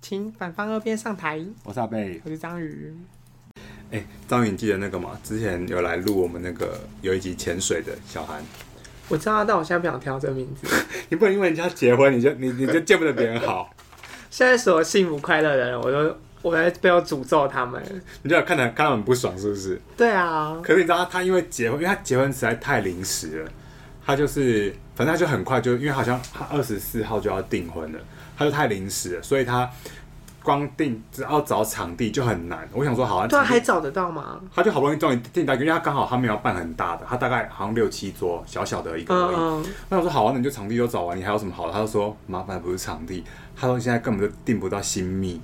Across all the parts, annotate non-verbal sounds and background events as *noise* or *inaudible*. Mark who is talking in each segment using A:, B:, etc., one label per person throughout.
A: 请反方二辩上台。
B: 我是阿贝。
A: 我是章鱼，
C: 哎、张云记得那个吗？之前有来录我们那个有一集潜水的小韩，
A: 我知道，但我现在不想挑这个名字。
B: 你不能因为人家结婚，你就你你就见不得别人 *laughs* 好，
A: 现在所有幸福快乐的人，我都我在背后诅咒他们。
B: 你就看他看他很不爽，是不是？
A: 对啊，
B: 可是你知道他，他因为结婚，因为他结婚实在太临时了，他就是反正他就很快就，因为好像他二十四号就要订婚了，他就太临时了，所以他光订只要找场地就很难。我想说好，啊
A: 对啊，
B: 场地
A: 还找得到吗？
B: 他就好不容易终于订到一个，因为他刚好他没有办很大的，他大概好像六七桌小小的一个而已。
A: 嗯嗯，
B: 那我说好啊，那你就场地都找完，你还有什么好的？他就说麻烦不是场地，他说现在根本就订不到新密。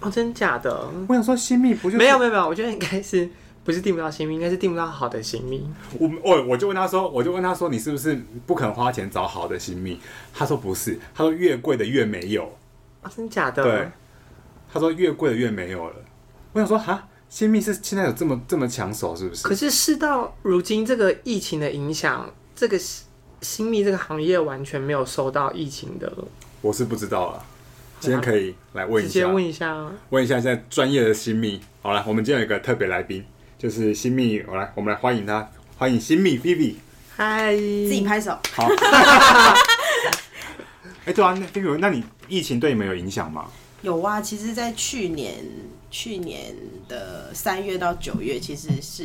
A: 哦，真假的？
B: 我想说新密不就是
A: 没有没有没有，我觉得应该是不是订不到新密，应该是订不到好的新密。
B: 我我我就问他说，我就问他说，你是不是不肯花钱找好的新密？他说不是，他说越贵的越没有。
A: 哦，真假的？
B: 对，他说越贵的越没有了。我想说哈，新密是现在有这么这么抢手是不是？
A: 可是事到如今，这个疫情的影响，这个新新密这个行业完全没有受到疫情的。
B: 我是不知道了，今天可以来问一
A: 直
B: 下
A: 接，问一下，
B: 问一下现在专业的新密。好了，我们今天有一个特别来宾，就是新密，我来我们来欢迎他，欢迎新密 Vivi。
A: 嗨，
D: 自己拍手。
B: 好。哎、对啊，那菲比，那你疫情对你们有影响吗？
D: 有啊，其实，在去年去年的三月到九月，其实是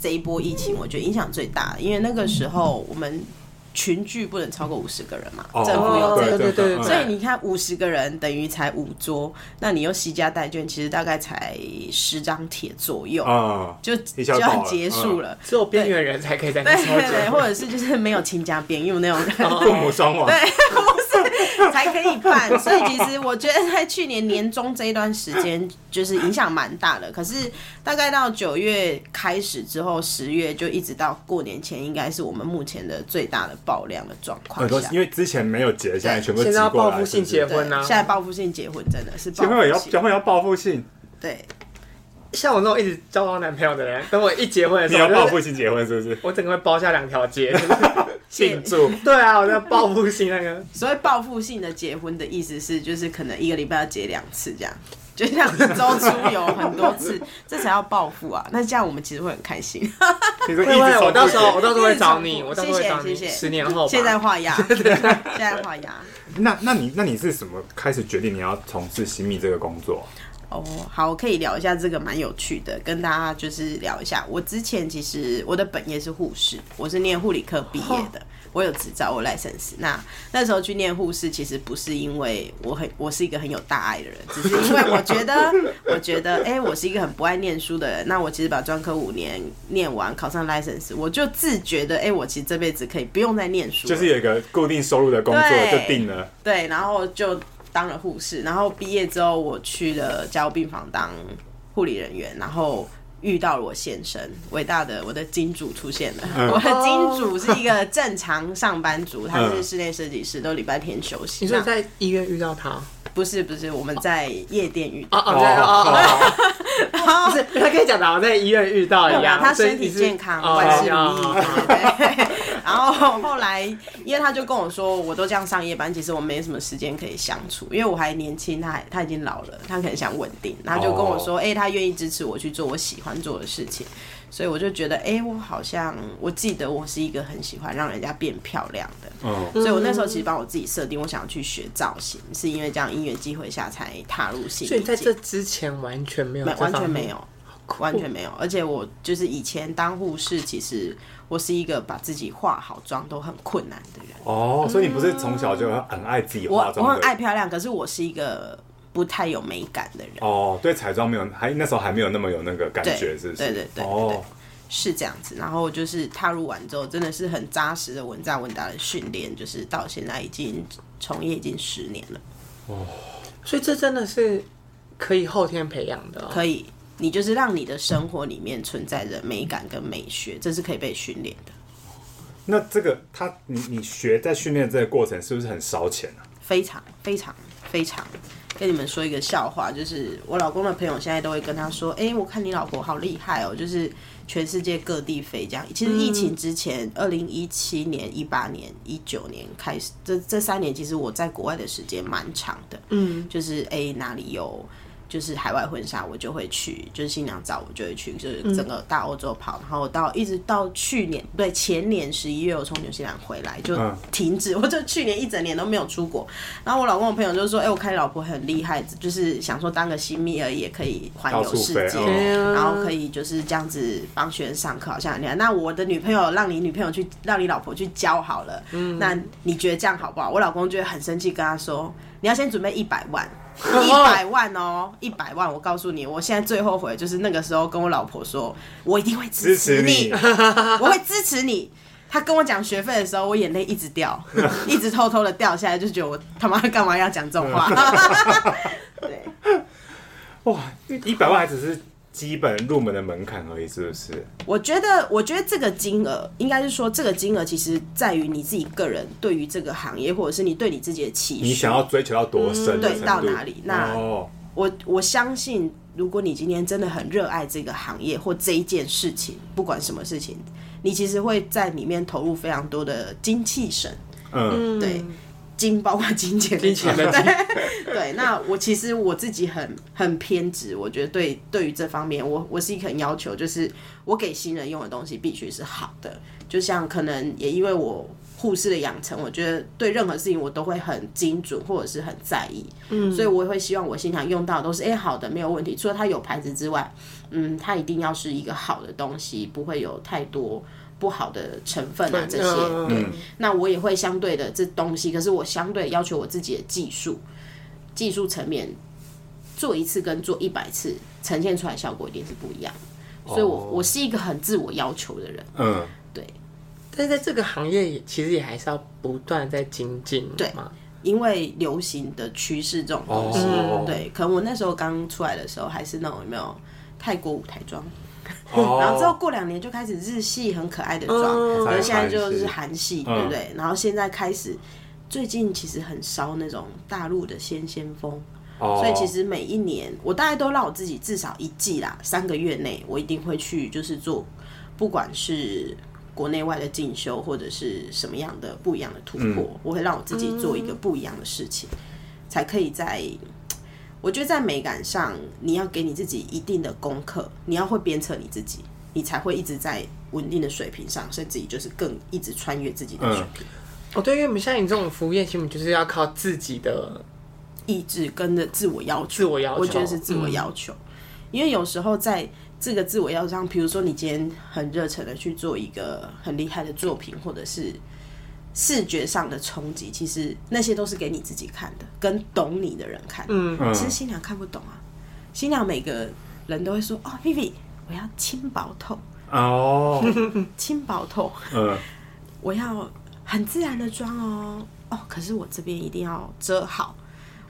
D: 这一波疫情，我觉得影响最大的，因为那个时候我们群聚不能超过五十个人嘛，
B: 哦
D: 政府有这
A: 对对
D: 个。
A: 对
B: 嗯
D: 所以你看，五十个人等于才五桌，那你又惜家带卷，其实大概才十张帖左右，
A: 哦
B: 啊、
D: 就
B: 一
D: 就
B: 下就到
D: 要
B: 了
D: 结束了。
A: 只有边缘人才可以在那
D: 对
A: 抽
D: 对对，
A: 奖。
D: 或者是就是没有亲家边用那种感
A: 哦
D: 觉。
B: 父母双亡。
D: *laughs* 才可以办。所以其实我觉得在去年年中这一段时间，就是影响蛮大的。可是大概到九月开始之后，十月就一直到过年前，应该是我们目前的最大的爆量的状况
B: 很多
D: 下。
B: 哎因为之前没有结，现在全部
A: 现在
B: 寄
A: 要
B: 过来
A: 报复性结
B: 是不
D: 对
A: 婚啊
D: 现在报复性结婚真的是
B: 是结婚也要
D: 报复性
B: 结婚也要报复性，
D: 对，
A: 像我这种一直交往男朋友的人，等我一结婚的
B: 你
A: 时候，
B: 要报
A: 我
B: 复
A: 就是
B: 性结婚是不是？
A: 我整个会包下两条 *laughs* 街。
B: 庆祝
A: 对啊，我在报复性那个，
D: 所以报复性的结婚的意思是，就是可能一个礼拜要结两次这样。就像一周出游很多
B: *laughs*
D: 次，这才叫报复啊！那这样我们其实会很开心。
B: 你说
A: *laughs*
B: 一
A: 会会，
B: 直
A: 我到时候
B: 重
A: 我到时候会找你，
D: 谢谢
A: 我到时候会找你，
D: 谢谢
A: 十年后吧。
D: *laughs* 现
B: *laughs*
D: 在画押，现在画押。
B: 复那那你那你是什么开始决定你要从事新密这个工作？
D: 哦，好，可以聊一下这个蛮有趣的，跟大家就是聊一下。我之前其实我的本业是护士，我是念护理科毕
B: 哦
D: 业的，我有执照，我 license。那那时候去念护士，其实不是因为我很我是一个很有大爱的人，只是因为我觉得我觉得哎、我是一个很不爱念书的人。那我其实把专科五年念完，考上 license，我就自觉的哎、我其实这辈子可以不用再念书了，
B: 就是有一个固定收入的工作就
D: 对
B: 定了，
D: 对，然后就当了护士，然后毕业之后我去了加护病房当护理人员，然后。遇到了我先生，伟大的我的金主出现了。我的金主是一个正常上班族，他是室内设计师，都礼拜天休息。
A: 你说你
D: 那
A: 在医院遇到他？哦
D: 不是不是，我们在夜店遇到。
A: 哦对哦哦哦。
B: 哦
A: 不是，他可以讲的，我在医院遇到一样，
D: 啊他
A: 啊所以
D: 身
A: 你
D: 体
A: 是
D: 健康，
A: 哦
D: 万事如意。
A: 哦哦
D: *laughs* 对对对。然后后来，因为他就跟我说，我都这样上夜班，其实我没什么时间可以相处，因为我还年轻，他还他已经老了，他可能想稳定。然后就跟我
A: 哦
D: 说，哎、他愿意支持我去做我喜欢做的事情。所以我就觉得，哎、我好像我记得我是一个很喜欢让人家变漂亮的，
B: 嗯，
D: 所以我那时候其实帮我自己设定，我想要去学造型，是因为这样因缘机会下才踏入性。
A: 所以在这之前完全没有
D: 没
A: 这
D: 完
A: 方
D: 全
A: 嗯面
D: 没有，完全没有。而且我就是以前当护士，其实我是一个把自己化好妆都很困难的人。
B: 哦，所以你不是从小就很爱自己
D: 我
B: 化妆的
D: 我很爱漂亮，可是我是一个不太有美感的人。
B: 哦，对彩妆没有，还那时候还没有那么有那个感
D: 对
B: 觉，是不是？
D: 对对对
B: 哦，
D: 是这样子，然后就是踏入完之后，真的是很扎实的文扎文达的训练，就是到现在已经从业已经十年了，
A: 所以这真的是可以后天培养的哦、
D: 可以，你就是让你的生活里面存在着美感跟美学，这是可以被训练的，
B: 那这个他，你你学在训练这个过程是不是很烧钱啊？
D: 非常非常非常跟你们说一个笑话，就是我老公的朋友现在都会跟他说：“哎、我看你老婆好厉害哦，就是全世界各地飞这样。”其实疫情之前，二零一七年、一八年、一九年开始，这这三年其实我在国外的时间蛮长的。嗯，就是哎、哪里有。就是海外婚纱，我就会去；就是新娘找我就会去，就是整个大欧洲跑。然后到一直到去年，对前年十一月，我从纽西兰回来就停止，我就去年一整年都没有出国。然后我老公我朋友就说：“哎、我看你老婆很厉害，就是想说当个新密而已，也可以环
B: 到
D: 游
B: 处
D: 世
B: 飞
D: 界，
B: 哦
D: 然后可以就是这样子帮学生上课，好像很厉害。那我的女朋友让你女朋友去，让你老婆去教好了，那你觉得这样好不好？”我老公就会很生气，跟他说：“你要先准备一百万。”一百万哦，一百万！我告诉你，我现在最后悔的就是那个时候跟我老婆说，我一定会
B: 支
D: 支持
B: 持
D: 你
B: 你，
D: *laughs* 我会支持你。她跟我讲学费的时候，我眼泪一直
B: *laughs*
D: 掉，一直偷偷的掉下来，就觉得我他妈干嘛要讲这
B: *laughs*
D: 种话？对，
B: 哇，一百万还只是基本入门的门槛而已，是不是？
D: 我觉得，我觉得这个金额应该是说，这个金额其实在于你自己个人对于这个行业，或者是你对你自己的期许。
B: 你想要追求到多深的
D: 嗯对
B: 程度？
D: 到哪里那
B: 哦，
D: 我我相信，如果你今天真的很热爱这个行业或这一件事情，不管什么事情，你其实会在里面投入非常多的精气神，
B: 嗯，
D: 对，金包括金钱，
A: 金钱的
D: *laughs* 对，那我其实我自己很很偏执，我觉得对对于这方面，我我是一个很要求，就是我给新人用的东西必须是好的。就像可能也因为我护士的养成，我觉得对任何事情我都会很精准或者是很在意，嗯，所以我也会希望我现场用到的都是哎、好的没有问题，除了它有牌子之外，嗯，它一定要是一个好的东西，不会有太多不好的成分啊这些，
A: 嗯
D: 对。那我也会相对的这东西，可是我相对要求我自己的技术，技术层面做一次跟做一百次呈现出来效果一定是不一样的。所以
B: 哦
D: 我，我、是一个很自我要求的人，
B: 嗯，
A: 但是在这个行业也其实也还是要不断在精进，
D: 对
A: 嘛，
D: 因为流行的趋势这种东西，
B: 哦
D: 对，可能我那时候刚出来的时候还是那种有没有泰国舞台妆，
B: 哦
D: *laughs* 然后之后过两年就开始日系很可爱的妆，
A: 嗯
D: 然后现在就是韩系，
B: 嗯
D: 对不对？然后现在开始，最近其实很烧那种大陆的先先锋。
B: 哦
D: 所以其实每一年，我大概都让我自己至少一季啦，三个月内我一定会去，就是做，不管是国内外的进修，或者是什么样的不一样的突破，我会让我自己做一个不一样的事情，才可以在。我觉得在美感上，你要给你自己一定的功课，你要会鞭策你自己，你才会一直在稳定的水平上，甚至于就是更一直穿越自己
B: 嗯
D: 的水平。
A: 哦，对，因为我们像你这种服务业，其实我们就是要靠自己的，
D: 意志跟着自我要求，
A: 自我要求嗯
D: 我觉得是自我要求，因为有时候在这个自我要求上，比如说你今天很热忱的去做一个很厉害的作品，或者是视觉上的冲击，其实那些都是给你自己看的，跟懂你的人看。嗯，其实新娘看不懂啊，新娘每个人都会说哦，Vivi，我要轻薄透，
B: 哦，
D: 轻薄透。 *laughs*
B: 嗯，
D: 我要很自然的妆哦，哦，可是我这边一定要遮好，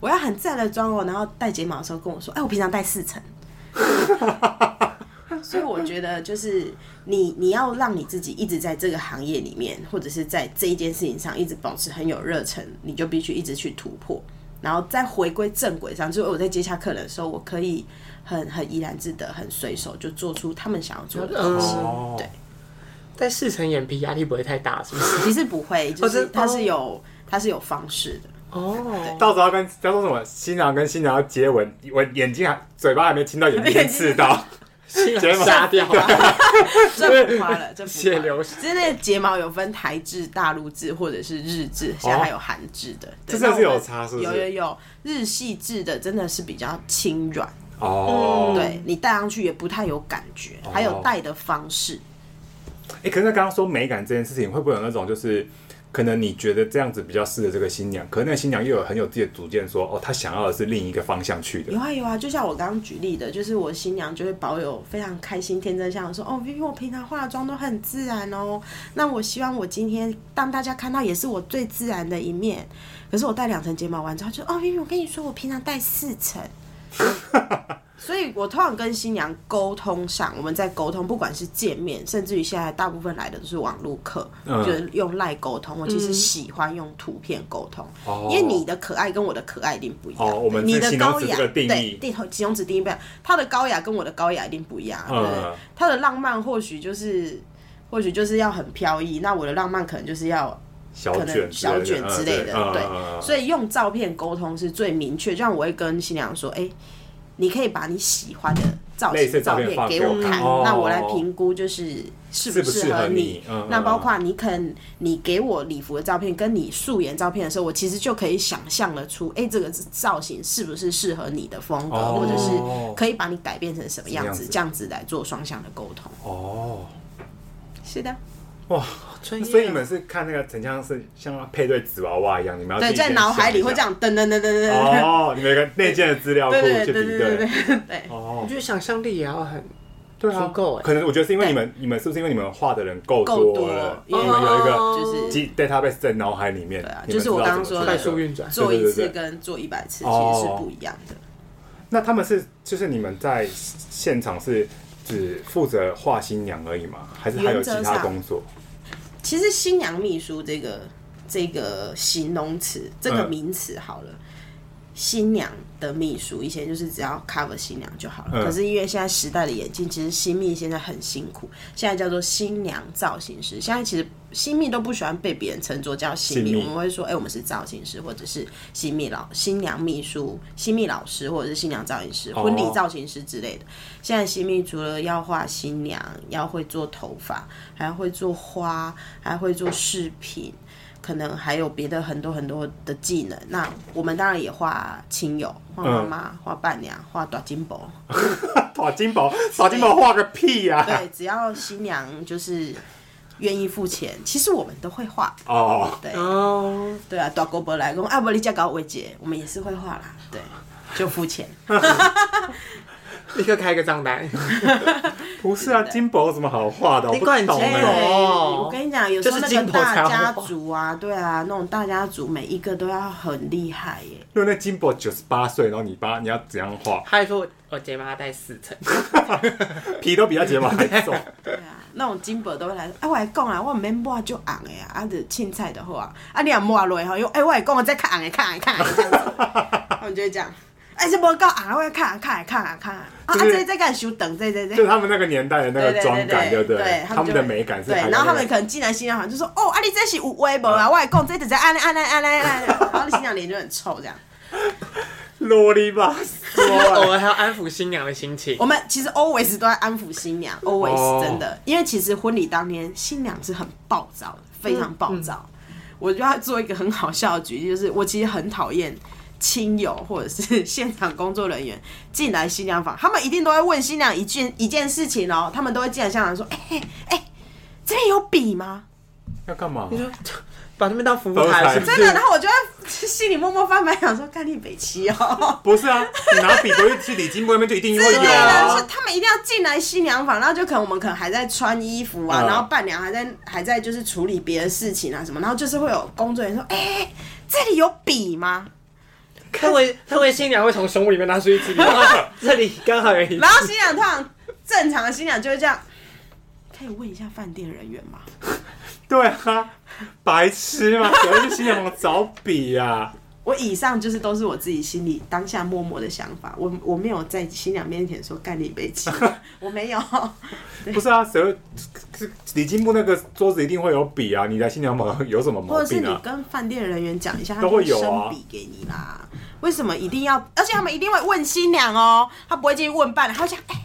D: 我要很自然的妆哦，然后戴睫毛的时候跟我说，哎，我平常戴四层。 *laughs* 所以我觉得就是你你要让你自己一直在这个行业里面，或者是在这一件事情上一直保持很有热忱，你就必须一直去突破，然后再回归正轨上。就是我在接洽客人的时候，我可以很很怡然自得，很随手就做出他们想要做的东西。
B: 哦
D: 对，
A: 在四层眼皮压力不会太大，是不 *laughs* 是？
D: 其实不会，就
A: 哦
D: 是
A: 真
D: 它是有它是有方式的。
A: 哦，
B: 到时候要跟要说什么新郎跟新娘要接吻，我眼睛还嘴巴还没亲到，
D: *laughs*
B: 眼睛被刺到，
A: 先
B: 睫毛
A: 杀掉，啊
D: 这不夸了，这不
A: 血
D: 夸
A: 流
D: 了。
A: 失
D: 真的睫毛有分台制、大陆制或者是日制，现在还有韩制的。对
B: 哦这真的是
D: 那我
B: 有
D: 们
B: 差是不是
D: 有有有，日系制的真的是比较轻软，
B: 哦，
D: 对你戴上去也不太有感觉，还有戴的方式。
B: 哎，可是刚刚说美感这件事情，会不会有那种就是？可能你觉得这样子比较适合这个新娘，可是那个新娘又有很有自己的主见说哦，她想要的是另一个方向去的
D: 有。啊有啊，就像我刚刚举例的，就是我新娘就会保有非常开心天真像，说哦，Vivi，我平常化的妆都很自然哦，那我希望我今天让大家看到也是我最自然的一面。可是我戴两层睫毛完之后，就哦，Vivi，我跟你说，我平常戴四层。
B: *laughs*
D: 所以我通常跟新娘沟通上，我们在沟通，不管是见面，甚至于现在大部分来的都是网络课，
B: 嗯
D: 就是用赖沟通。我其实喜欢用图片沟通，
B: 哦
D: 因为你的可爱跟我的可爱一定不一样。
B: 哦我们
D: 你
B: 是
D: 的
B: 形容
D: 高
B: 词
D: 雅
B: 这个定义
D: 对，地头形容词定义不一样，他的高雅跟我的高雅一定不一样。
B: 嗯
D: 对，他的浪漫或许就是，或许就是要很飘逸，那我的浪漫可能就是要
B: 小
D: 可
B: 卷
D: 能小卷
B: 嗯啊
D: 之类的，对，
B: 以
D: 所以用照片沟通是最明确。就像我会跟新娘说，哎、你可以把你喜欢的造
B: 类似
D: 型
B: 照
D: 照
B: 片
D: 片
B: 放
D: 给
B: 给我
D: 我看，
B: 看哦
D: 那我来评估就是适不
B: 适不适
D: 适合
B: 合你
D: 你。
B: 嗯嗯
D: 那
B: 嗯
D: 包括你可能你给我礼服的照片，跟你素颜照片的时候，我其实就可以想象得出，哎、这个造型是不是适合你的风格，
B: 哦
D: 或者是可以把你改变成什么样
B: 什么样
D: 子，
B: 子
D: 这样子来做双向的沟通。
B: 哦，
D: 是的，
A: *laughs*
B: 啊
A: 专业啊
B: 所以你们是看那个很像是像他配对纸娃娃一样，你们要
D: 对，
B: 自己
D: 在
B: 先
D: 脑海里
B: 想
D: 会
B: 一
D: 这
B: 下
D: 样噔噔噔噔噔噔， *laughs*
B: 哦，你们有一个内建的资料库
D: 对
B: 去
D: 对
B: 比
D: 对对对对
B: 对，
D: 对对。
A: 我
B: 哦，
A: 觉得想象力也要很
B: 对
A: 足够欸
B: 可能我觉得是因为你们你们是不是因为你们画的人够
D: 够
B: 多了
D: 多，，哦
B: 你们有一个
D: 就是
B: 记 database 在脑海里面
D: 啊，
B: 你们
D: 就是我
B: 知道
D: 刚刚
B: 怎么做
D: 说
A: 快
D: 的
B: 这个
A: 速运转，
D: 做一
B: 对对
D: 次
B: 对
D: 跟做一百次其
B: 哦
D: 实是不一样的。
B: 那他们是就是你们在现场是只负责画新娘而已吗？还是还有其
D: 原则
B: 他
D: 上
B: 工作？
D: 其实新娘秘书这个这个形容词，这个
B: 嗯
D: 名词好了。新娘的秘书以前就是只要 cover 新娘就好了，
B: 嗯
D: 可是因为现在时代的演进，其实新密现在很辛苦，现在叫做新娘造型师。现在其实新密都不喜欢被别人称作叫新密，
B: 新密
D: 我们会说，哎、我们是造型师，或者是新密老新娘秘书、新密老师，或者是新娘造型师、
B: 哦
D: 婚礼造型师之类的。现在新密除了要画新娘，要会做头发，还会做花，还会做饰品，可能还有别的很多很多的技能。那我们当然也画亲友、画妈
A: 嗯
D: 妈、画伴娘、画短
A: *laughs*
D: 金箔。
B: *laughs* 耍金宝，耍金宝画个屁啊呀、
D: 对，只要新娘就是愿意付钱，其实我们都会画。
B: 哦，
D: 对
A: 哦，
D: 对啊，短锅伯来公啊，不，你家搞伟姐，我们也是会画啦。对，就
A: *laughs*
D: 付钱。
A: 立刻开一个账单，
B: 不是啊，金宝有什么好画的？我
A: 你
B: 不
A: 管
B: 懂
A: 金
B: 哎、
A: 宝
D: 哎我跟你讲，有时候
A: 哦就是
D: 那
A: 金
D: 个
A: 箔才
D: 大
A: 要
D: 家
A: 画
D: 族啊，对啊，那种大家族每一个都要很厉害耶。
B: 因为那金宝九十八岁，然后你爸你要怎样画？
A: 他还说我我睫毛要戴四层，
B: 皮都比他睫毛还重。
D: 对啊，那种金箔都会来说，啊，我还讲啊，我免抹就红的啊，啊，就凊彩的好啊，啊，你若抹落吼，又哎、我还讲我再较红的，较红的，较红的这样子，
B: *laughs*
D: 他们就会讲，哎、这无够红的，我要较红，较红，较红，较红，啊，啊，
B: 就是
D: 这这个修等，这
B: *laughs*
D: 这
B: 就
D: 这。
B: 是他们那个年代的那个妆感，对
D: 对
B: 不对？他们
D: 就
B: 的
D: 会
B: 美感是
D: 对
B: 还，有
D: 然后他
B: 那
D: 们
B: 个
D: 可能进来新娘好像就说：“哦，啊，你这是有微博啊，我还讲这只是安尼安尼安尼
B: *laughs*
D: 安尼。”然后新娘脸就很臭这样。
B: 啰里吧嗦。
A: *laughs*
B: 啊
A: 偶尔还要安抚新娘的心情
D: 我。们其实 always 都在安抚新娘，always、
B: 哦
D: 真的，因为其实婚礼当天新娘是很暴躁的，非常暴躁。我就要做一个很好笑的举例，就是我其实很讨厌亲友或者是现场工作人员进来新娘房，他们一定都会问新娘一件一件事情哦，他们都会进来新娘说：“哎、哎哎、这边有笔吗？”
B: *laughs* 要干
D: *laughs*
B: 嘛？
A: 你说 *laughs* 把他们当服务台是不
D: 真的，
A: 是
D: 啊然？后我就会心里默默翻白眼，想说：“干你北齐哦。”
B: 不是啊，你拿笔回去礼金箔那边就一定会有
D: 对啊，是
B: 啊。
D: 他们一定要进来新娘房，然后就可能我们可能还在穿衣服啊，
B: 嗯
D: 然后伴娘还在还在就是处理别的事情啊什么，然后就是会有工作人员说，哎、这里有笔吗？
A: *laughs* 他为他为新娘会从胸部里面拿出一 *laughs* 支笔，哇这里刚好有一支
D: 然。后新娘通常正常的新娘就会这样，可以问一下饭店人员吗？
B: 对啊，白痴嘛，谁会去新娘房找笔啊？
D: 我以上就是都是我自己心里当下默默的想法，我我没有在新娘面前说干你杯鸡，我没有。
B: 不是啊，谁会？是礼金部那个桌子一定会有笔啊，你来新娘房有什么
D: 或
B: 毛
D: 者是
B: 病
D: 你
B: 啊？
D: 跟饭店人员讲一下，他
B: 都
D: 就
B: 会
D: 会
B: 有
D: 生
B: 啊
D: 笔给你啦。为什么一定要？而且他们一定会问新娘哦，他不会进去问伴娘，他会讲，哎、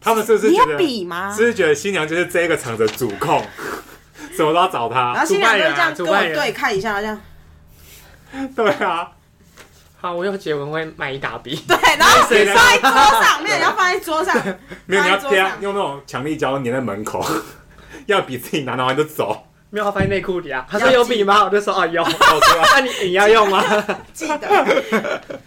B: 他们是不是觉
D: 你
B: 得
D: 有笔啊吗
B: 是不是觉得新娘就是这个场的主控， *laughs* 什么都要找
D: 然
B: 他？
D: 后新娘就会这样
A: 主
D: 跟
A: 办人啊主
D: 我
A: 办人
D: 对看一下，这样
B: 对啊，
A: 好，我以后结婚会买一大笔。
D: 对，然后放
B: 谁呢
D: 在桌上，没有，你要放在桌上，
B: 没有你要
D: 放在桌
B: 贴啊
D: 上，
B: 用那种强力胶粘在门口， *laughs* 要笔自己拿，拿完就走。
A: 没有，他放在内裤里啊。他说有笔吗？我就说
D: *laughs*
A: 哦有。那你你要用吗？
D: 记得。
B: 诶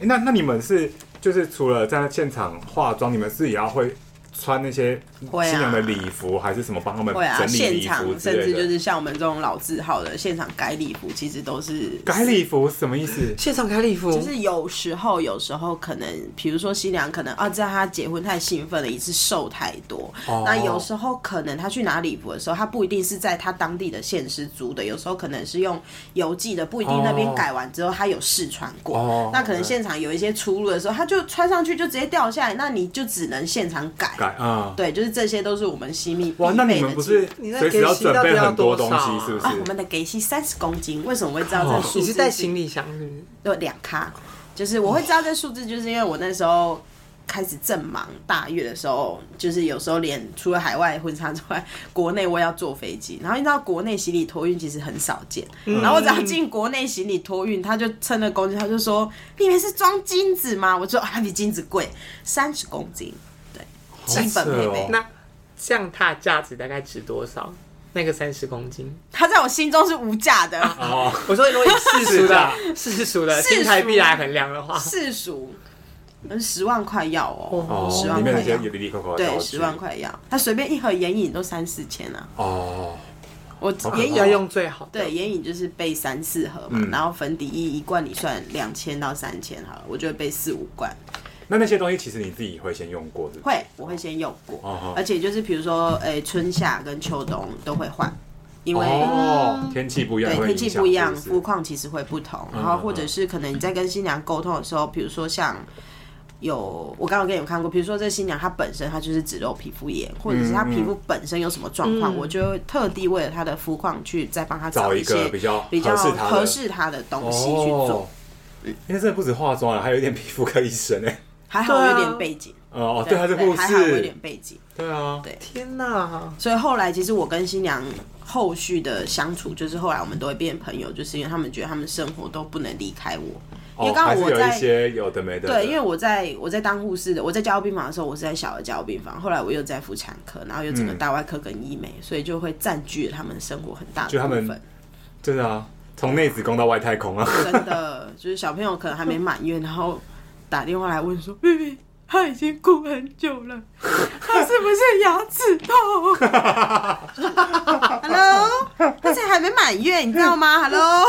B: 那那你们是就是除了在现场化妆，你们是也要会穿那些
D: 会啊
B: 新娘的礼服还是什么，帮他们
D: *laughs* 会啊，
B: 整理
D: 现
B: 礼服
D: 场
B: 之
D: 甚至就
B: 类的。
D: 是像我们这种老字号的现场改礼服，其实都是
B: 改礼服什么意思？
A: 现场改礼服，
D: 就是有时候，有时候可能，比如说新娘可能啊，在她结婚太兴奋了，一次瘦太多。
B: 哦
D: 那有时候可能她去拿礼服的时候，她不一定是在她当地的县市租的，有时候可能是用邮寄的，不一定那边
B: 哦
D: 改完之后她有试穿过。
B: 哦
D: 那可能现场有一些出入的时候，她就穿上去就直接掉下来，那你就只能现场改。
B: 改啊！
D: 对，就是这些都是我们西密必
B: 哇，那
D: 备
B: 你
D: 的
B: 们不
D: 技
B: 是
D: 能
A: 你那
B: 随时要准备很多东
A: 给洗到底要多少
B: 西，是不
D: 啊，我
B: 是？
D: 们的给息三十公斤，为什么我会知道这
B: 哦
D: 个数字？
A: 你是带行李箱是不是？
D: 有两咖，就是我会知道这数字，就是因为我那时候开始正忙大月的时候，就是有时候连除了海外婚纱之外，国内我也要坐飞机，然后你知道国内行李托运其实很少见，然后我只要进国内行李托运，他就称了公斤，他就说里面是装金子吗？我说啊，比金子贵三十公斤，对，基本配
B: 扯
D: 备
B: 哦。
A: 那这样它的价值大概值多少？那个三十公斤，
D: 他在我心中是无价的，
B: *laughs* 哦，
A: 我说如果以世俗
B: 是啊
A: 的世俗的
D: 世俗
A: 新台币来衡量的话，
D: 世俗，嗯，十万块要哦
A: 哦，
D: 十
B: 哦，
D: 万
B: 里面
D: 块
B: 那些
D: 要。
B: 里里扣扣的道
D: 对，
B: 具
D: 十万块要，他随便一盒眼影都三四千啊。
B: 哦，
D: 我
B: 好
D: 眼
A: 要
D: 影
A: 用最好的。
D: 对眼影就是备三四盒嘛，
B: 嗯
D: 然后粉底液一罐你算两千到三千好了，我就会备四五罐，
B: 那那些东西其实你自己会先用过，是不是？
D: 会我会先用过，
B: 哦哦
D: 而且就是比如说，诶、春夏跟秋冬都会换，因为、
B: 哦，天气不一样，
D: 对，
B: 会
D: 天
B: 影
D: 气
B: 响
D: 不一
B: 是
D: 样，
B: 嗯
D: 肤
B: 不是
D: 况其实会不同。然后或者是可能你在跟新娘沟通的时候，比如说像有我刚刚给你们看过，比如说这新娘她本身她就是脂漏皮肤炎，或者是
B: 嗯
D: 她皮肤本身有什么状况，
A: 嗯
D: 我就会特地为了她的肤况去再帮她
B: 找
D: 一
B: 一
D: 些
B: 个比较
D: 比较
B: 合适她的
D: 合适她的东西去做
B: 哦。。因为真的不止化妆了，还有一点皮肤科医生哎。
D: 还好我有
A: 对啊
D: 点背景，
B: 哦，对，还是护
D: 还好我有
B: 士
D: 点。背景。
B: 对啊，
A: 天哪！
D: 所以后来其实我跟新娘后续的相处，就是后来我们都会变朋友，就是因为他们觉得他们生活都不能离开我，因为
B: 哦，
D: 刚好
B: 还是
D: 我
B: 有
D: 在
B: 一些有的没的。
D: 对，因为我在我在当护士的，我在加护病房的时候，我是在小儿加护病房，后来我又在妇产科，然后又整个
B: 嗯
D: 大外科跟医美，所以就会占据了他们生活很大的
B: 就他
D: 部
B: 们
D: 分。
B: 真的啊，从内子宫到外太空啊。 *laughs*
D: 真的，就是小朋友可能还没满月，然后打电话来问说：“妹妹，她已经哭很久了，她是不是牙齿痛 *laughs* ？”Hello，而且还没满月，你知道吗？Hello，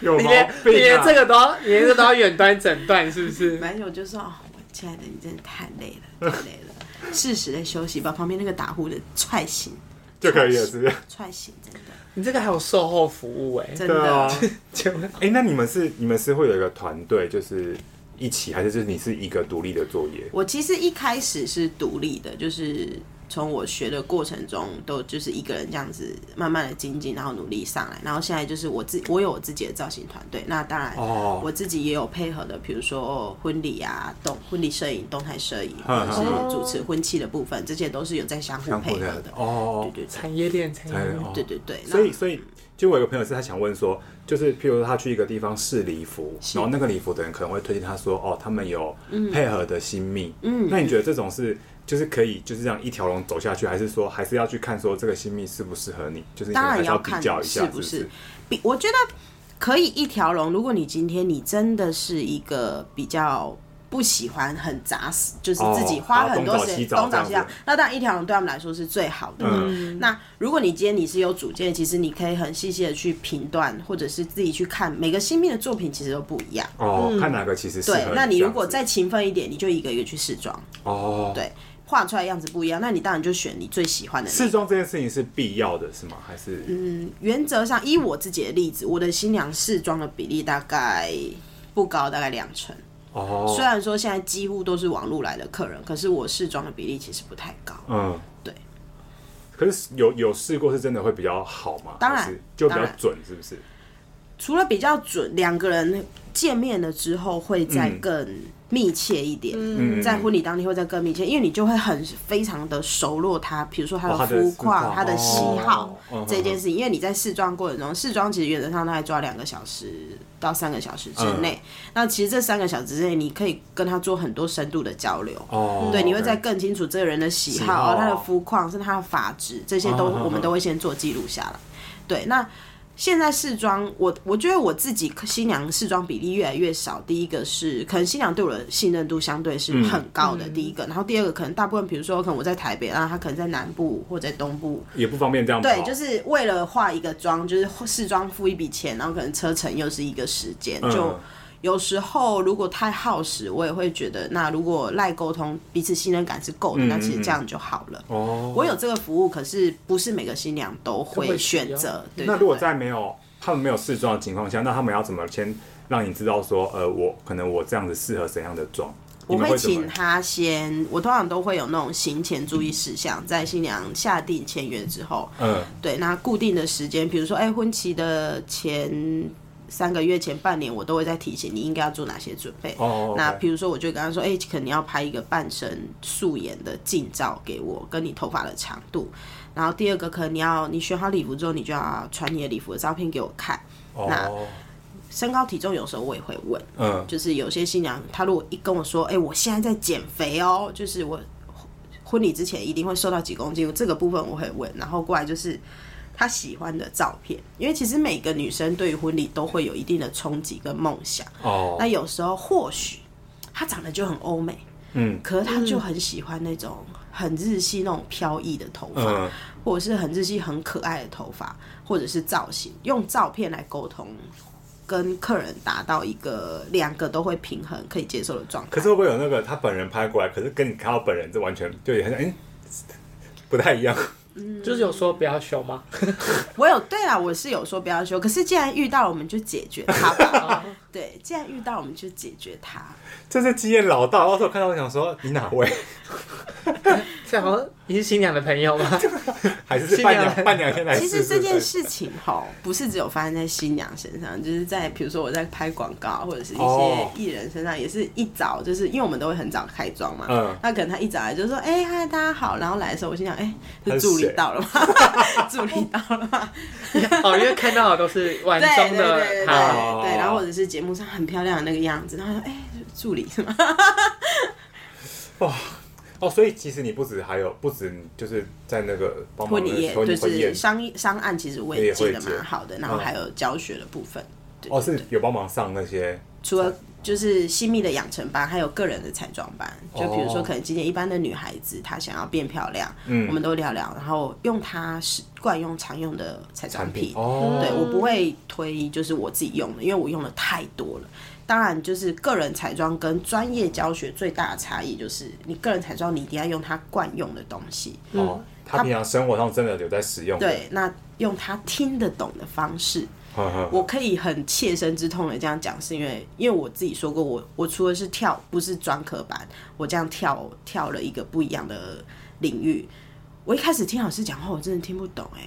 B: 有
A: 你
B: 毛
A: 连你
B: 病
A: 连
B: 啊！
A: 这个都要，你连这都要远端诊断是不是？
D: 没有，我就说：“哦，我亲爱的，你真的太累了，太累了，适时的休息，把旁边那个打呼的踹醒。”
B: 就可以了，是不是？
D: 踹醒，真的，
A: *laughs* 你这个还有售后服务哎、
D: 真
B: 对啊
D: 的。。
A: 请 *laughs* 问
B: 哎，那你们是你们是会有一个团队，就是一起，还是就是你是一个独立的作业？
D: 我其实一开始是独立的，就是从我学的过程中，都就是一个人这样子慢慢的精进，然后努力上来。然后现在就是我自我有我自己的造型团队，那当然
B: 哦
D: 我自己也有配合的，比如说婚礼啊、动婚礼摄影、动态摄影，或
B: 嗯
D: 者是主持婚期的部分，这些都是有在相互配合的。对
B: 哦，
D: 对对
A: 产业链，产业
B: 哎
A: 链
B: 哦
D: 对对对，
B: 所以，所以就我有个朋友是他想问说，就是譬如说他去一个地方试礼服，
D: 是
B: 然后那个礼服的人可能会推荐他说，哦，他们有配合的新密，
D: 嗯
B: 那你觉得这种是就是可以就是这样一条龙走下去，还是说还是要去看说这个新密适不适合你？就是你可
D: 当
B: 能还
D: 然
B: 是要比
D: 看
B: 较一下，
D: 是
B: 不
D: 不是？比我觉得可以一条龙。如果你今天你真的是一个比较不喜欢很杂死，就是自己
B: 哦
D: 花
B: 然后东
D: 很多
B: 找
D: 时
B: 西
D: 间
B: 找
D: 东
B: 这
D: 找
B: 样
D: 西找
B: 子，
D: 那当然一条龙对他们来说是最好的。
B: 嗯
D: 那如果你今天你是有主见的，其实你可以很细细的去评断，或者是自己去看每个新密的作品，其实都不一样。
B: 哦，看哪个其实适合
D: 嗯对，那你
B: 这样
D: 如果
B: 子
D: 再勤奋一点，你就一个一个去试妆，
B: 哦，
D: 对，画出来样子不一样，那你当然就选你最喜欢的那一个
B: 试妆这件事情是必要的，是吗？还是
D: 嗯原则上，依我自己的例子，我的新娘试妆的比例大概不高，大概两成。
B: 哦，
D: 虽然说现在几乎都是网络来的客人，可是我试妆的比例其实不太高。
B: 嗯，
D: 对。
B: 可是有有试过是真的会比较好吗？
D: 当然
B: 还是就比
D: 当
B: 较
D: 然
B: 准，是不是？
D: 除了比较准，两个人见面了之后会再
B: 嗯
D: 更密切一点。
B: 嗯，
D: 在婚礼当天会再更密切，因为你就会很非常的熟络他，比如说他
B: 哦他
D: 的
B: 的
D: 肤
B: 肤
D: 况、
B: 况
D: 他的喜好
B: 哦哦
D: 这件事情，因为你在试妆过程中，试妆其实原则上大概抓两个小时到三个小时
B: 嗯
D: 之内。那其实这三个小时之内，你可以跟他做很多深度的交流。
B: 哦，
D: 对，你会
B: OK
D: 在更清楚这个人的喜
B: 喜
D: 好、
B: 好
D: 他的肤况，甚至他的发质，这些都
B: 嗯嗯嗯
D: 我们都会先做记录下来。对，那现在试妆，我我觉得我自己新娘试妆比例越来越少。第一个是可能新娘对我的信任度相对
B: 嗯
D: 是很高的，第一个。然后第二个可能大部分，比如说可能我在台北，啊然后她可能在南部或者在东部，
B: 也不方便这样跑。
D: 对，就是为了化一个妆，就是试妆付一笔钱，然后可能车程又是一个时间，就
B: 嗯
D: 有时候如果太耗时，我也会觉得，那如果赖沟通彼此信任感是够的，那其实这样就好了。
B: 嗯哦，
D: 我有这个服务，可是不是每个新娘都
A: 都
D: 会
A: 会需要
D: 选择。对
B: 那如果
D: 对
B: 在没有他们没有试妆的情况下，那他们要怎么先让你知道说，呃，我可能我这样子适合怎样的妆？
D: 我
B: 你们
D: 会
B: 会怎
D: 请
B: 么？
D: 他先，我通常都会有那种行前注意事项，在新娘下定签约之后，
B: 嗯，
D: 对，那固定的时间，比如说，哎、婚期的前三个月、前半年，我都会在提醒你应该要做哪些准备。 *laughs*
B: 哦，
D: 那
B: OK
D: 比如说，我就跟他说，哎、可能要拍一个半身素颜的近照给我，跟你头发的长度。然后第二个，可能你要你选好礼服之后，你就要传你的礼服的照片给我看。那
B: 哦，
D: 身高体重有时候我也会问，
B: 嗯，
D: 就是有些新娘她如果一跟我说，哎、我现在在减肥哦，就是我婚礼之前一定会瘦到几公斤，这个部分我会问，然后过来就是她喜欢的照片，因为其实每个女生对于婚礼都会有一定的憧憬跟梦想，
B: 哦
D: 那，有时候或许她长得就很欧美，
B: 嗯，
D: 可是她就很喜欢那种很日系那种飘逸的头发，
B: 嗯，
D: 或者是很日系很可爱的头发，或者是造型，用照片来沟通，跟客人达到一个两个都会平衡可以接受的状态。
B: 可是会不会有那个他本人拍过来，可是跟你看到本人这完全就也很像，哎、不太一样。 *laughs*
A: 就是有说不要修吗？
D: 我有对啦，我是有说不要修，可是既然遇到了，我们就解决它吧。对，既然遇到我们就解决它。
B: 这是经验老道，到时候看到我想说你哪位？ *laughs*
A: 这好像你是新娘的朋友吗？
B: 还是是伴
A: 新
B: 娘
A: 娘
B: 伴娘先来试
D: 啊其
B: 试
D: 实这件
B: 对
D: 事情哈，不是只有发生在新娘身上，就是在比如说我在拍广告或者是一些
B: 哦
D: 艺人身上，也是一早就是因为我们都会很早开妆嘛，
B: 嗯
D: 那可能他一早来就说，哎、嗨，大家好，然后来的时候我心想，哎、
B: 他
D: 是
B: 是
D: 助理
B: 谁
D: 到了吗？ *laughs* 助理到
B: *laughs*
D: 了吗？
A: *laughs* 哦，因为看到的都是晚
D: 对对
A: 中
D: 对
A: 的
D: 对对
A: 好，
B: 哦
D: 对，然后或者是节目上很漂亮的那个样子，然后说，哎、助理是吗？
B: 哦，所以其实你不止还有不止你就是在那个帮忙
D: 婚礼业
B: 婚
D: 就
B: 婚宴
D: 是商业商案，其实我
B: 也
D: 也
B: 会
D: 接的
B: 接
D: 蛮好的，然后
B: 嗯
D: 还有教学的部分。对
B: 哦，是有帮忙上那些
D: 除了就是新密的养成班，还有个人的彩妆班。就比如说，
B: 哦
D: 可能今天一般的女孩子，她想要变漂亮，
B: 嗯
D: 我们都聊聊，然后用她是惯用常用的彩妆
B: 产
D: 品
B: 品。哦，
D: 对我不会推，就是我自己用的，因为我用的太多了。当然，就是个人彩妆跟专业教学最大的差异就是，你个人彩妆你一定要用她惯用的东西，
B: 哦，他平常生活上真的有在使用的，
D: 嗯对，那用她听得懂的方式，
B: 呵呵，
D: 我可以很切身之痛的这样讲，是因为因为我自己说过我，我除了是跳不是专科班，我这样跳跳了一个不一样的领域。我一开始听老师讲话，我真的听不懂哎、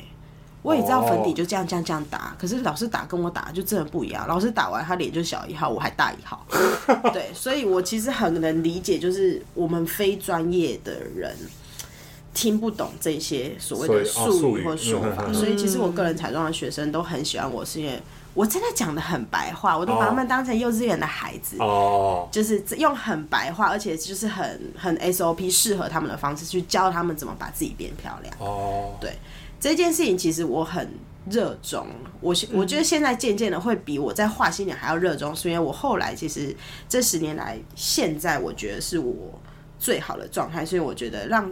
D: 我也知道粉底就这样这样这样打，可是老师打跟我打就真的不一样。老师打完他脸就小一号，我还大一
B: *laughs*
D: 号。对，所以我其实很能理解，就是我们非专业的人听不懂这些所谓的
B: 所以哦
D: 术
B: 术
D: 语
B: 语
D: 或说法，
B: 嗯嗯嗯
D: 所以其实我个人彩妆的学生都很喜欢我，是因为我真的讲的很白话，我都把他们当成幼稚园的孩子。
B: 哦，
D: 就是用很白话，而且就是很很 SOP 适合他们的方式去教他们怎么把自己变漂亮。
B: 哦，
D: 对这件事情，其实我很热衷。我现我觉得现在渐渐的会比我在画新娘还要热衷，是因为我后来其实这十年来，现在我觉得是我最好的状态，所以我觉得让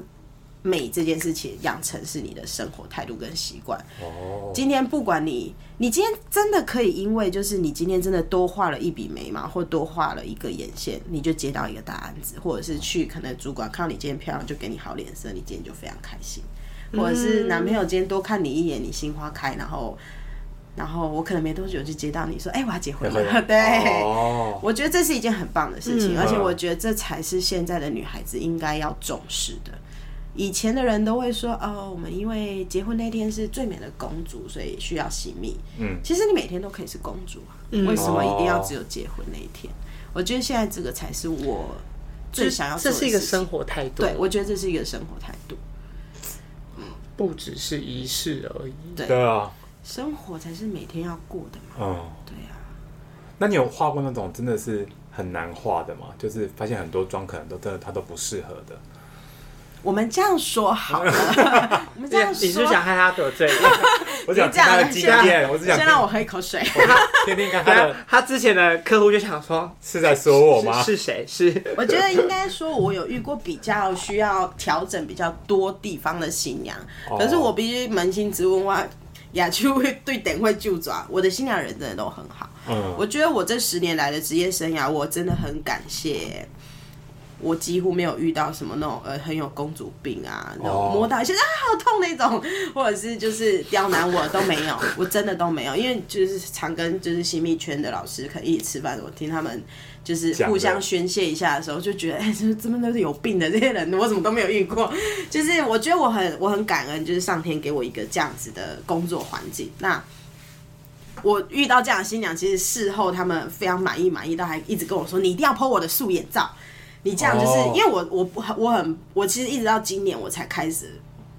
D: 美这件事情养成是你的生活态度跟习惯。
B: 哦，
D: 今天不管你，你今天真的可以因为就是你今天真的多画了一笔眉毛，或多画了一个眼线，你就接到一个大案子，或者是去可能主管看到你今天漂亮就给你好脸色，你今天就非常开心，或者是男朋友今天多看你一眼，你心花开，然后。然后我可能没多久就接到你说，哎、我要结婚
B: *laughs*
D: 了。 *laughs* 对，
B: 哦，
D: 我觉得这是一件很棒的事情，
A: 嗯
D: 而且我觉得这才是现在的女孩子应该要重视的。以前的人都会说，哦，我们因为结婚那天是最美的公主，所以需要惜命。
B: 嗯，
D: 其实你每天都可以是公主啊，
A: 嗯
D: 为什么一定要只有结婚那一天？我觉得现在这个才是我最想要做
A: 这
D: 的
A: 是一个
D: 事情
A: 生活态度，
D: 对，我觉得这是一个生活态度，
A: 不只是仪式而已。
B: 对啊，
D: 生活才是每天要过的嘛。
B: 嗯，
D: 对啊，
B: 那你有画过那种真的是很难画的吗？就是发现很多妆可能都真的它都不适合的，
D: 我们这样说好了，我们这样
A: 你 *laughs*
D: 说
A: 是不是想害他得罪？
B: 我讲听他的经验，我是想
D: 先让我喝一口水。
B: 听听看他
A: 对
B: 的
A: 啊，他之前的客户就想说，
B: 是在说我吗？
A: 是是谁？是
D: 我觉得应该说，我有遇过比较需要调整比较多地方的新娘，可是我必须扪心自问，我雅秋会对等会就抓，我的新娘人真的都很好。
B: 嗯，
D: 我觉得我这十年来的职业生涯，我真的很感谢。我几乎没有遇到什么那种呃很有公主病啊，那种
B: 哦
D: 摸到一些啊好痛那种，或者是就是刁难我都没有，我真的都没有，因为就是常跟就是新密圈的老师可能一起吃饭，我听他们就是
B: 讲的
D: 互相宣泄一下的时候，就觉得哎，这真的都是有病的这些人，我怎么都没有遇过。就是我觉得我很我很感恩，就是上天给我一个这样子的工作环境。那我遇到这样的新娘，其实事后他们非常满意，满意到还一直跟我说：“你一定要 PO 我的素颜照。”你这样就是、
B: 哦
D: 因为我我不我很我其实一直到今年我才开始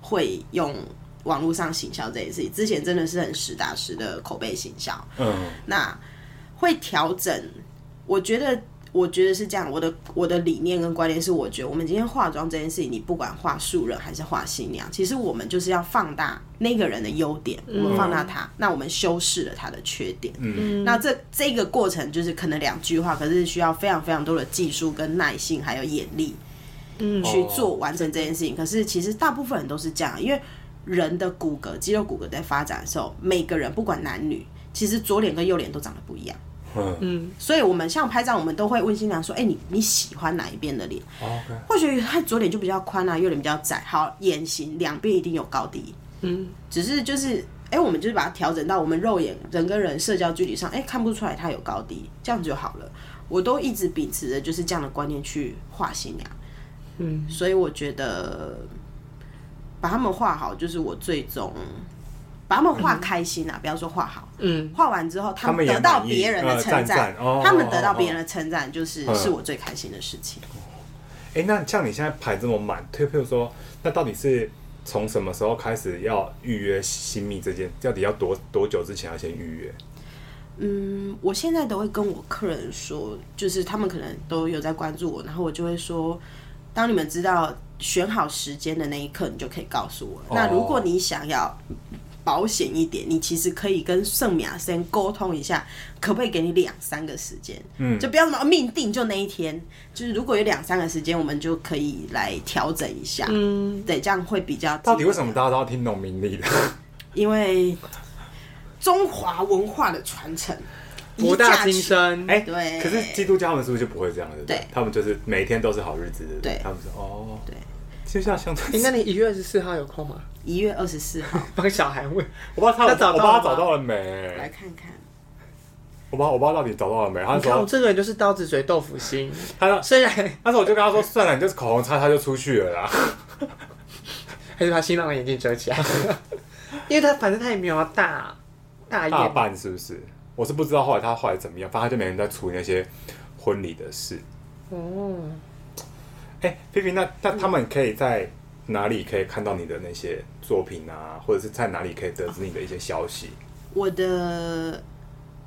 D: 会用网络上行销这件事情，之前真的是很实打实的口碑行销。
B: 嗯，
D: 那会调整，我觉得，我觉得是这样。我的我的理念跟观念是，我觉得我们今天化妆这件事情，你不管画素人还是画新娘，其实我们就是要放大那个人的优点，我们放大他，那我们修饰了他的缺点。嗯，那这这个过程就是可能两句话，可是需要非常非常多的技术跟耐性，还有眼力。嗯
B: 哦
D: 去做完成这件事情。可是其实大部分人都是这样，因为人的骨骼、肌肉骨骼在发展的时候，每个人不管男女，其实左脸跟右脸都长得不一样。
B: 嗯
D: 嗯，所以我们像拍照，我们都会问新娘说：“哎、你你喜欢哪一边的脸？”
B: 哦 OK，
D: 或许他左脸就比较宽啊，右脸比较窄。好，眼型两边一定有高低。嗯，只是就是，哎、我们就是把它调整到我们肉眼人跟人社交距离上，哎、看不出来他有高低，这样就好了。我都一直秉持着就是这样的观念去画新娘。嗯，所以我觉得把他们画好，就是我最终把他们画开心啊，不要说画好。
A: 嗯，
D: 画完之后，
B: 他
D: 他
B: 们
D: 们
B: 也
D: 得到
B: 满意
D: 别人的
B: 呃
D: 称
B: 赞
D: 赞
B: 赞哦，
D: 他们得
B: 哦
D: 到
B: 哦
D: 别人的称赞，就是
B: 嗯
D: 是我最开心的事情。
B: 哎、那像你现在排这么满，推譬如说，那到底是从什么时候开始要预约新密这件？到底要多多久之前要先预约？
D: 嗯，我现在都会跟我客人说，就是他们可能都有在关注我，然后我就会说，当你们知道选好时间的那一刻，你就可以告诉我。那如果你想要保险一点，你其实可以跟圣米亚先沟通一下，可不可以给你两三个时间？嗯，就不要什么命定就那一天，就是如果有两三个时间，我们就可以来调整一下。嗯，对，这样会比较。
B: 到底为什么？大家都要听农民
A: *laughs*
B: 历的？
D: 因为中华文化的传承。
A: 博大精深，
B: 哎、
D: 对
B: 可是基督教他们是不是就不会这样的？
D: 对
B: 他们就是每天都是好日子，对不
D: 对
B: 他们说哦，
D: 对，
B: 就像相对
A: 哎、那你一月二十四号有空吗？
D: 一月二十四号
A: *laughs* 帮小孩问，
B: *laughs* 我不知道他有
A: 那找
B: 我不
A: 到
B: 知道
A: 了
B: 他找
A: 吗
B: 到了
D: 来
B: 没？
D: 看看。
B: 我不知道我不知道到底找到了没？他
A: 你看我
B: 说
A: 这个人就是刀子嘴豆腐心， *laughs*
B: 他说
A: 虽然
B: 那时候我就跟他说，算了，你就是口红擦擦就出去了啦。
A: 还是把新郎的眼镜遮起 *laughs* 来，因为他反正他也没有要大大
B: 大
A: 宴，
B: 半是不是？我是不知道后来他后来怎么样，反正他就每天在处理那些婚礼的事。
A: 哦，
B: 哎、皮皮，那那他们可以在哪里可以看到你的那些作品啊，或者是在哪里可以得知你的一些消息？
D: 我的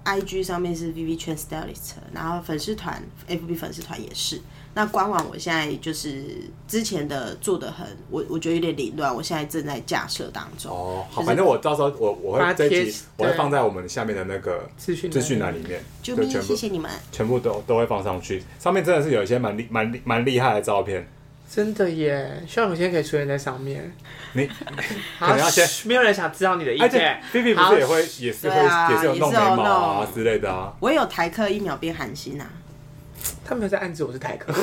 D: IG 上面是 VV 圈 Stylist，然后粉丝团 FB 粉丝团也是。那官网我现在就是之前的做的很，我我觉得有点凌乱，我现在正在架设当中。
B: 哦，好，
D: 就是
B: 反正我到时候我我
A: 把它
B: 会这一
A: 贴
B: 集我会
A: 对
B: 放在我们下面的那个
A: 资讯栏
B: 资讯栏里面，
D: 救
B: 就
D: 命！
B: 全
D: 谢
B: 部
D: 谢你们。
B: 全部都都会放上去。上面真的是有一些蛮厉蛮厉蛮厉害的照片，
A: 真的耶，希望有些人可以出现在上面。 *laughs*
B: 你
A: 好
B: 可能要先
A: 嘘没有人想知道你的意
B: 而且
A: 见。
B: 菲菲不
A: 好
B: 是也会也是会、
D: 对啊
B: 也是有
D: 也
B: 弄
D: 是
B: 眉
D: 有
B: 毛啊
D: 弄
B: 之类的啊。
D: 我有台客一秒变韩星啊，
A: 他没有在暗指我是台客，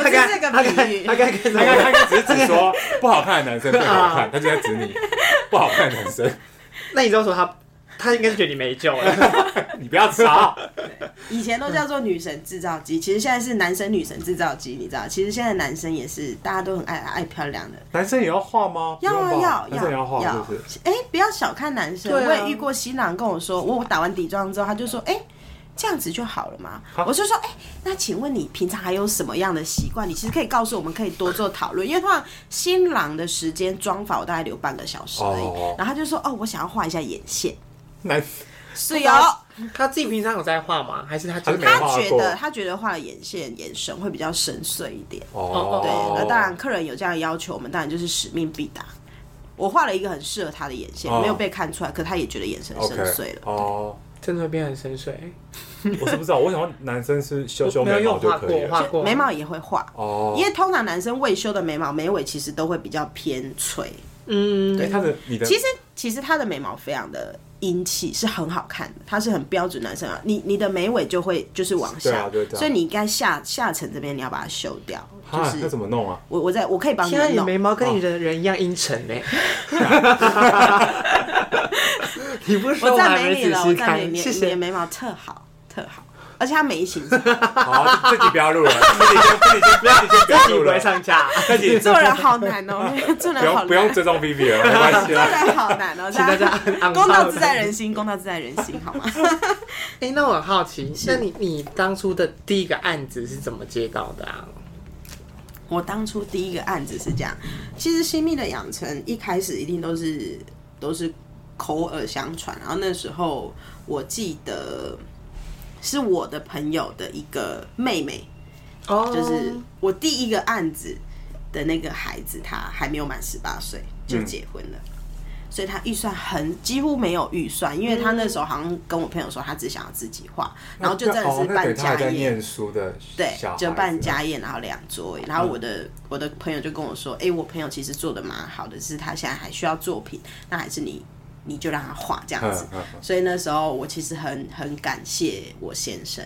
A: *laughs* 他刚
D: 是这
A: 他
D: 个
A: 刚
D: 比喻
A: 他。刚跟
B: 他刚
A: 我，
B: 他刚只是指说不好看的男生最好看，他就在指你不好看的男生，
A: 那你知道说他，他应该是觉得你没救了。
B: 你不要吵。
D: 以前都叫做女神制造机，其实现在是男生女神制造机，你知道？其实现在男生也是大家都很爱爱漂亮的，
B: 男生也要画吗？
D: 要
B: 不
D: 啊
B: 用吧
D: 要
B: 男生也要
D: 要
B: 画是不是？
D: 哎、不要小看男生，
A: 对啊
D: 我也遇过新郎跟我说，我我打完底妆之后，他就说，哎、这样子就好了嘛。
B: 啊
D: 我就说，哎、那请问你平常还有什么样的习惯？你其实可以告诉我们，可以多做讨论。因为通常新郎的时间妆法我大概留半个小时而已，
B: 哦
D: 然后他就说，哦，我想要画一下眼线。
B: 男
D: 是
A: 有
D: 有，
A: *laughs* 他自己平常有在画吗？还是他
B: 还是
A: 真
B: 没
A: 的
B: 哦画
A: 有？
D: 他觉
B: 过
D: 得他觉得画了眼线、眼神会比较深邃一点。
A: 哦
D: 对，那当然，客人有这样的要求，我们当然就是使命必达。我画了一个很适合他的眼线，
B: 哦
D: 没有被看出来，可他也觉得眼神深邃了。
B: 哦，
A: 真的会变很深邃。
B: 我是不知道，我想说男生是修修
A: 我没有
B: 眉毛
A: 用
B: 就
A: 画
B: 可
A: 过，
B: 以
A: 我画
B: 了。
A: 过
D: 眉毛也会画，
B: 哦
D: 因，为通常男生未修的眉毛眉尾其实都会比较偏垂。
A: 嗯，
B: 哎，他的你的
D: 其实其实他的眉毛非常的英气，是很好看的，它是很标准男生啊。你你的眉尾就会就是往
B: 对
D: 下，
B: 啊对啊对啊
D: 所以你应该下下层这边你要把它修掉。就
B: 啊，那
D: 是
B: 怎么弄啊？
D: 我我在我可以帮你
A: 现在啊
D: 们
A: 你
D: 弄。
A: 眉毛跟你的人一样阴沉嘞。 *laughs* 你不说
D: 我赞
A: 还
D: 美
A: 没
D: 你
A: 仔
D: 了，我
A: 细
D: 赞美
A: 看，
D: 你，
A: 谢
D: 你的
A: 谢。
D: 眉毛特好特好，而且它眉形
B: 好，自己不要录了，自己先自己先不要，自己先不要
A: 自己
B: 录
A: 不会
B: 了，
A: 上架，*laughs*
B: 自己
D: 做人好难哦，做
B: 不
D: 人好
B: 用不用
D: 难。
B: 追踪 Vivi 了，没关系
D: 做
B: 啦。
D: 人好难
A: *laughs*
D: 哦，
A: 请大家按
D: 公道自
A: 按
D: 在人心，公道自在人心，好吗？
A: 哎、那我很好奇，那你你当初的第一个案子是怎么接到的啊？
D: 我当初第一个案子是这样，其实新密的养成一开始一定都是都是口耳相传，然后那时候我记得是我的朋友的一个妹妹，
A: 哦
D: 就是我第一个案子的那个孩子，他还没有满十八岁就
B: 嗯
D: 结婚了。所以他预算很几乎没有预算，因为他那时候好像跟我朋友说，他只想要自己画，然后就真的
B: 哦那
D: 是
B: 等
D: 办
B: 于他还
D: 家
B: 在
D: 宴，
B: 念书的
D: 对
B: 小，孩
D: 就办
B: 子嗯
D: 家宴，然后两桌而已。然后我的、我的朋友就跟我说，哎、我朋友其实做的蛮好的，只是他现在还需要作品，那还是你你就让他画这样子。
B: 嗯嗯嗯
D: 所以那时候我其实很很感谢我先生，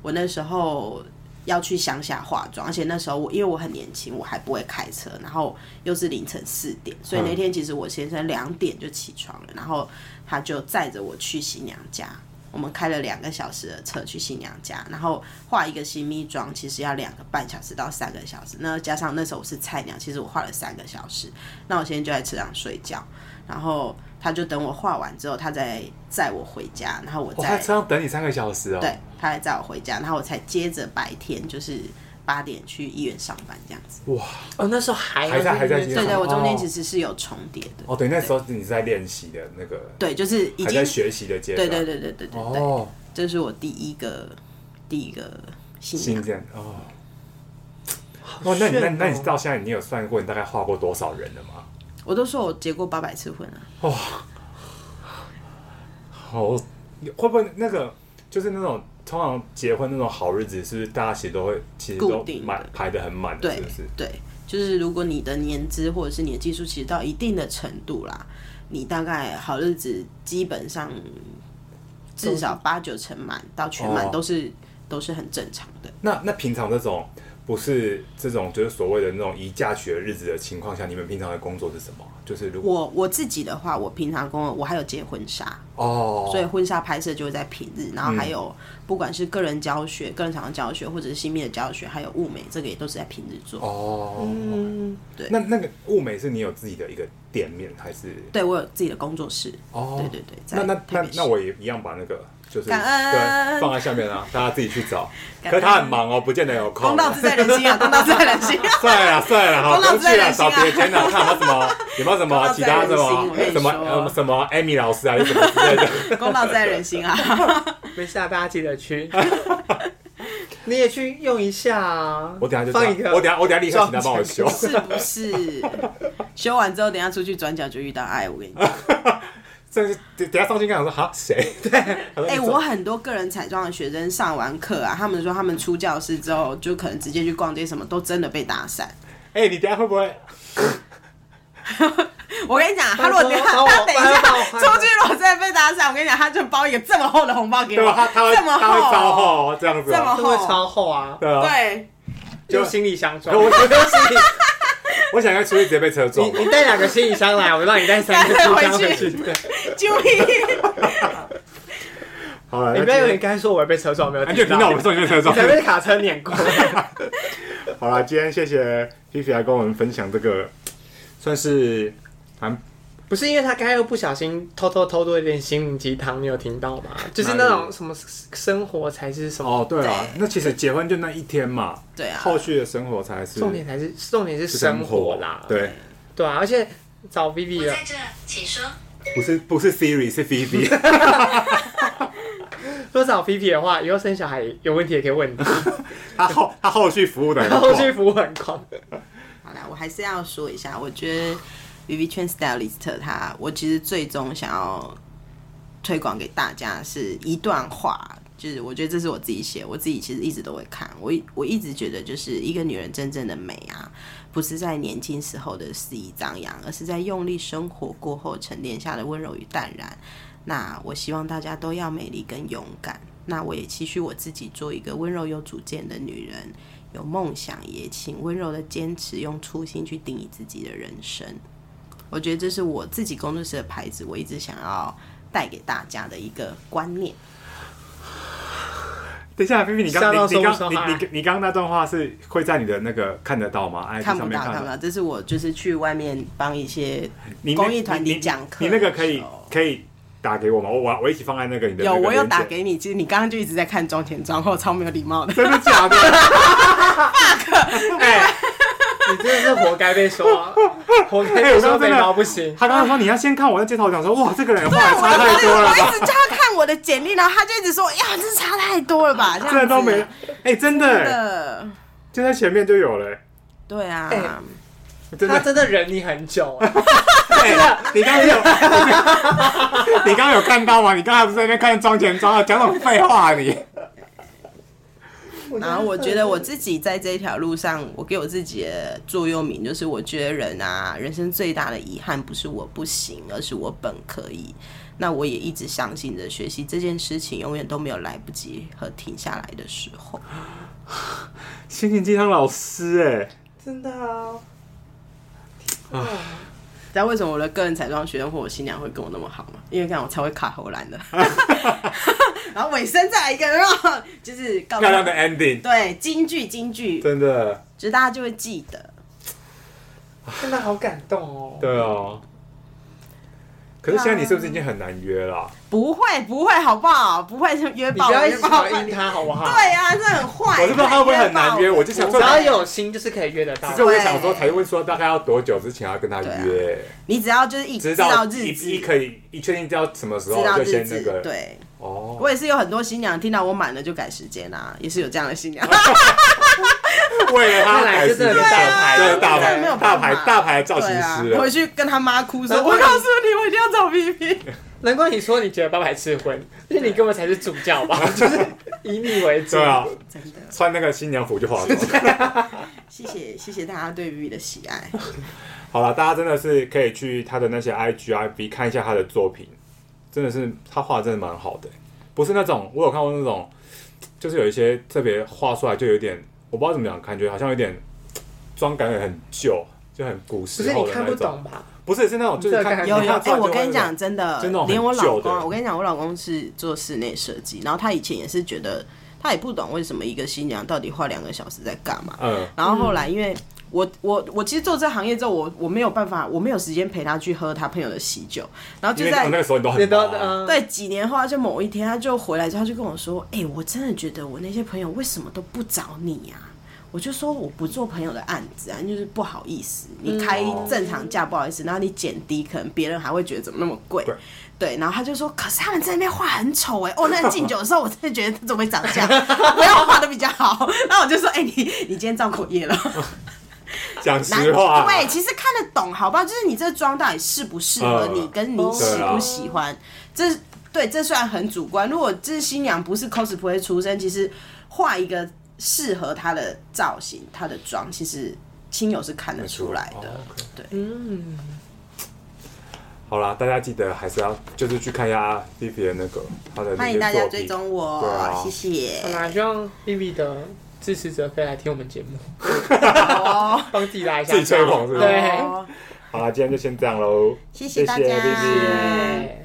D: 我那时候。要去乡下化妆，而且那时候我因为我很年轻，我还不会开车，然后又是凌晨四点，所以那天其实我先生两点就起床了，然后他就载着我去新娘家，我们开了两个小时的车去新娘家，然后化一个新密妆，其实要两个半小时到三个小时。那加上那时候我是菜鸟，其实我化了三个小时。那我现在就在车上睡觉，然后他就等我化完之后，他再载我回家，然后我
B: 哦哇，他
D: 再
B: 车上等你三个小时哦。
D: 对，他再载我回家，然后我才接着白天就是八点去医院上班这样子。
B: 哇，
A: 哦，那时候还
B: 还在还在
A: 对
D: 对对，我中间
B: 哦
D: 其实是有重叠的。
B: 哦，等于那时候你是在练习的那个，
D: 对，就是已
B: 还
D: 经
B: 在学习的阶
D: 对
B: 段。
D: 对对对对对对，
B: 哦，
D: 这是我第一个第一个新
B: 新
D: 娘。
B: 建哦。哦，那你那
A: 炫哦
B: 那你到现在你有算过你大概画过多少人了吗？
D: 我都说我结过八百次婚了、啊
B: 啊好，会不会那个就是那种通常结婚那种好日子，是不是大家其实都会其实都
D: 固定的
B: 满排的很满的，
D: 对
B: 是不是？
D: 对，就是如果你的年资或者是你的技术其实到一定的程度啦，你大概好日子基本上至少八九成满到全满
B: 哦
D: 都是、都是很正常的。
B: 那那平常这种不是这种就是所谓的那种宜嫁娶的日子的情况下，你们平常的工作是什么？就是如果
D: 我我自己的话，我平常跟我我还有结婚纱，
B: 哦，嗯
D: 所以婚纱拍摄就会在平日，然后还有不管是个人教学、个人场的教学，或者是新密的教学，还有物美，这个也都是在平日做。
B: 哦，
A: 嗯，
D: 对
B: 那那个物美是你有自己的一个店面还是？
D: 对我有自己的工作室，
B: 哦，
D: 对对对，在
B: 那那
D: 台
B: 那
D: 北市
B: 那我也一样把那个就是
D: 感恩
B: 对放在下面啊，大家自己去找。
D: 感恩
B: 可是他很忙哦，不见得有
D: 公
B: 空。
D: 道自在人心啊，公道自在人心。
B: 算了算了，好，
D: 公道
B: 不
D: 自在
B: 去了，
D: 人心啊
B: 找别间了。看有没有什么，有没有什
D: 公
B: 么
D: 道
B: 其
D: 自在
B: 他
D: 人
B: 什
D: 心
B: 么
D: 我跟你
B: 什么
D: 说
B: 呃什么 Amy 老师还是什么之类的？
D: 公道在人心啊！
A: 没事啊，大家记得去。 *laughs* 你也去用一下啊！
B: 我等下就
A: 放一个，
B: 我等下我等下立刻请他帮我修。
D: *laughs* 是不是？修完之后，等一下出去转角就遇到爱，我跟你讲。
B: 这是等等下上去跟我说哈谁？ *laughs* 对，
D: 哎、我很多个人彩妆的学生上完课啊，他们说他们出教室之后，就可能直接去逛街，什么都真的被打散。
B: 哎，你等下会不会？
D: 我跟你讲，啊他如果等一下
A: 拜托
D: 他等一下
A: 帮我帮我
D: 出去，如果真的被打散，我跟你讲，他就包一个这么厚的红包给
B: 对
D: 我
B: 吧？他，他会
D: 这么
B: 他会招
D: 厚，
B: 后这样子
D: 这么
B: 哦，
A: 这会
D: 厚，
A: 超厚啊，
B: 对啊。
D: 对，
B: 就
A: 就行李箱装
B: 可。我我我想要出去直接被车撞。
A: 你你带两个行李箱来，我让你带三个行李箱回去。
B: *laughs*
A: 对，
D: 救命！
B: 好了，
A: 你
B: 那
A: 不要以
B: 今
A: 为
B: 天
A: 你刚才说我被车撞，没有
B: 啊你有听到我们说你被车
A: 你
B: 撞
A: 才。被卡车碾过。
B: 好啦，今天谢谢皮皮来跟我们分享这个，算是蛮
A: 不是因为他刚才又不小心偷偷偷多一点心灵鸡汤，你有听到吗？就是那种什么生活才是什么，
B: 哦，对啊
D: 对，
B: 那其实结婚就那一天嘛，
D: 对啊
B: 后续的生活才是
A: 重点才是重点是
B: 是
A: 生活啦，
B: 对，
A: 对啊，而且找 Vivi
E: 我
A: 了
E: 在，这，请说。
B: 不是不是 Siri 是 Vivi，
A: 如果找 Vivi 的话，以后生小孩有问题也可以问他，
B: *laughs* 他后他后续服务的
A: *laughs* 后续服务很广。
D: 好啦，我还是要说一下，我觉得。 Vivian Stylist 他，我其实最终想要推广给大家是一段话，就是我觉得这是我自己写，我自己其实一直都会看，我一我一直觉得就是一个女人真正的美啊，不是在年轻时候的肆意张扬，而是在用力生活过后沉淀下的温柔与淡然。那我希望大家都要美丽跟勇敢。那我也期许我自己做一个温柔有主见的女人，有梦想也请温柔的坚持，用初心去定义自己的人生。我觉得这是我自己工作室的牌子，我一直想要带给大家的一个观念。
B: 等一下，菲菲，你
A: 吓
B: 刚
A: 到
B: 你你
A: 说不出
B: 刚
A: 话
B: 你你你刚刚那段话是会在你的那个看得到吗？IG
D: 看
B: 上
D: 不
B: 面
D: 到，
B: 看得
D: 看不
B: 到。
D: 到，这是我就是去外面帮一些
B: 你那
D: 公益团体讲课
B: 你你那个可
D: 的
B: 以
D: 时候
B: 可以打给我吗？我我我一起放在那个你的
D: 有
B: 那个
D: 我有
B: 链接
D: 打给你，其实你刚刚就一直在看妆前妆后，超没有礼貌的。
B: 真的假的？
A: 哎、你真的是活该被说，活该被说
B: 哎我刚刚真的
A: 眉毛不行。
B: 他刚刚说你要先看我的介绍，我想说哇，这个人话也
D: 啊我
B: 差太多了
D: 我
B: 吧
D: 一，直叫他看我的简历，然后他就一直说：“哎呀，这差太多了吧？”这样
B: 真的都没
D: 子
B: 哎，真
D: 真
B: 的
D: 的，
B: 就在前面就有了，
D: 对啊，
A: 哎
B: 真
A: 他
D: *laughs*
B: 的。
A: 真的忍你很久、哎
B: 哎你刚刚有 *laughs* 你刚刚有看到吗？你刚才不是在那边看妆前妆后讲什么废话啊你？
D: *laughs* 然后我觉得我自己在这一条路上，我给我自己的座右铭就是：我觉得人啊，人生最大的遗憾不是我不行，而是我本可以。那我也一直相信着，学习这件事情永远都没有来不及和停下来的时候。
B: 心灵鸡汤老师哎、
A: 真的啊，
D: 你知道为什么我的个人彩妆学生或我新娘会跟我那么 *laughs* 好吗？因为这样我才会卡喉兰的。然后尾声再来一个，然后就是告诉
B: 漂亮的 ending，
D: 对京剧，京剧，
B: 真的，
D: 就是大家就会记得。
A: 真的好感动哦。
B: 对哦。可是现在你是不是已经很难约了、
D: 不会，不会，好不好？不会就约
A: 你
D: 爆，
A: 不要一
D: 约
A: 直
D: 爆
A: 想要阴他好不好？
D: 对啊，这很坏。
B: 我是不知道他会不会很难约，
D: 爆
B: 我就想
A: 只
B: 说，哎
A: 要有心就是可以约得到
B: 只。是我就想说，才问说大概要多久之前要跟他约，
D: 你只要就是一
B: 知
D: 啊知
B: 道
D: 道日
B: 一
D: 子，
B: 一可以一确定知道什么时候
D: 知道
B: 就
D: 日
B: 先
D: 子
B: 那，个
D: 对。
B: 哦。
D: 我也是有很多新娘听到我满了就改时间啦、啊，也是有这样的新娘。
B: 为了他
A: 看来
B: 改
A: 就
B: 时
A: 真的
B: 间，
A: 是大牌
D: *laughs*
B: 真的大
D: 真的没
B: 牌
D: 有
B: 大
D: 办法
B: 牌大牌造型
D: 对啊
B: 师，了
D: 回，去跟他妈哭说：“
A: 难
D: 我
A: 怪
D: 告
A: 你
D: 诉你，我一定要找 P P。
A: 难怪你说你觉得爸爸吃荤，因为你根本才是主教吧，就是以你为主。
B: 对啊，”
D: 真的，
B: 穿那个新娘服就化妆。
D: 谢谢谢谢大家对 V 的喜
B: *laughs*
D: 爱。
B: 好了，大家真的是可以去他的那些 IG、FB 看一下他的作品，真的是他画得真的蛮好的、不是那种我有看过那种，就是有一些特别画出来就有点，我不知道怎么讲，感觉好像有点妆感也很旧，就很古
A: 不
B: 时
A: 是你
B: 候的
A: 看
B: 那
A: 不
B: 种。
A: 懂吧？
B: 不是是那种，就是
A: 这个
B: 看
A: 感
B: 你
A: 觉
D: 有有，
B: 看
D: 哎、
B: 出来就
D: 我
B: 会
D: 跟你
B: 那
D: 讲，
B: 种，
D: 真的，
B: 就那种很
D: 连我老
B: 旧
D: 公啊，
B: 的
D: 我跟你讲，我老公是做室内设计，然后他以前也是觉得，他也不懂为什么一个新娘到底花两个小时在干嘛。
B: 嗯，
D: 然后后来因为我我我其实做这行业之后，我我没有办法，我没有时间陪他去喝他朋友的喜酒，然后
B: 因为
D: 就在
B: 那个时候你都
A: *laughs* 你
B: 很
A: 都
B: 忙啊，
A: 嗯，
D: 对，几年后，他就某一天，他就回来之后，他就跟我说：“哎、我真的觉得我那些朋友为什么都不找你呀、我就说我不做朋友的案子啊，就是不好意思，
B: 嗯
D: 你开
B: 哦
D: 正常价不好意思，然后你减低，可能别人还会觉得怎么那么贵
B: 对。
D: 对，然后他就说，可是他们在那边画很丑哎、哦，那敬酒的时候我真的觉得他怎么会长这样， *laughs* 不要画的比较好。 *laughs* 然后我就说，哎、你你今天造口业了。
B: 讲
D: 难
B: 实话，
D: 对，其实看得懂，好不好？就是你这妆到底适不适合你，
B: 嗯
D: 跟你喜不喜欢，这对这虽然很主观。如果这新娘不是 cosplay 出身，其实画一个适合她的造型、她的妆，其实亲友是看得出来的。
B: 哦，OK
D: 对，
A: 嗯，
B: 好啦，大家记得还是要就是去看一下 B B 的那个他的那
D: 欢
B: 些
D: 迎大家
B: 作
D: 追
B: 品，
D: 踪我，
B: 对啊
D: 谢
A: 好
D: 谢。
A: 啦，希望 Vivi 的支持者可以来听我们节目，
D: 哦，
A: *laughs* 帮自己拉一下
B: 自己吹捧是不是
A: 对，
D: 哦
B: 好啦，今天就先这样喽，
D: 谢谢大家
B: 谢谢 Vivi
A: 对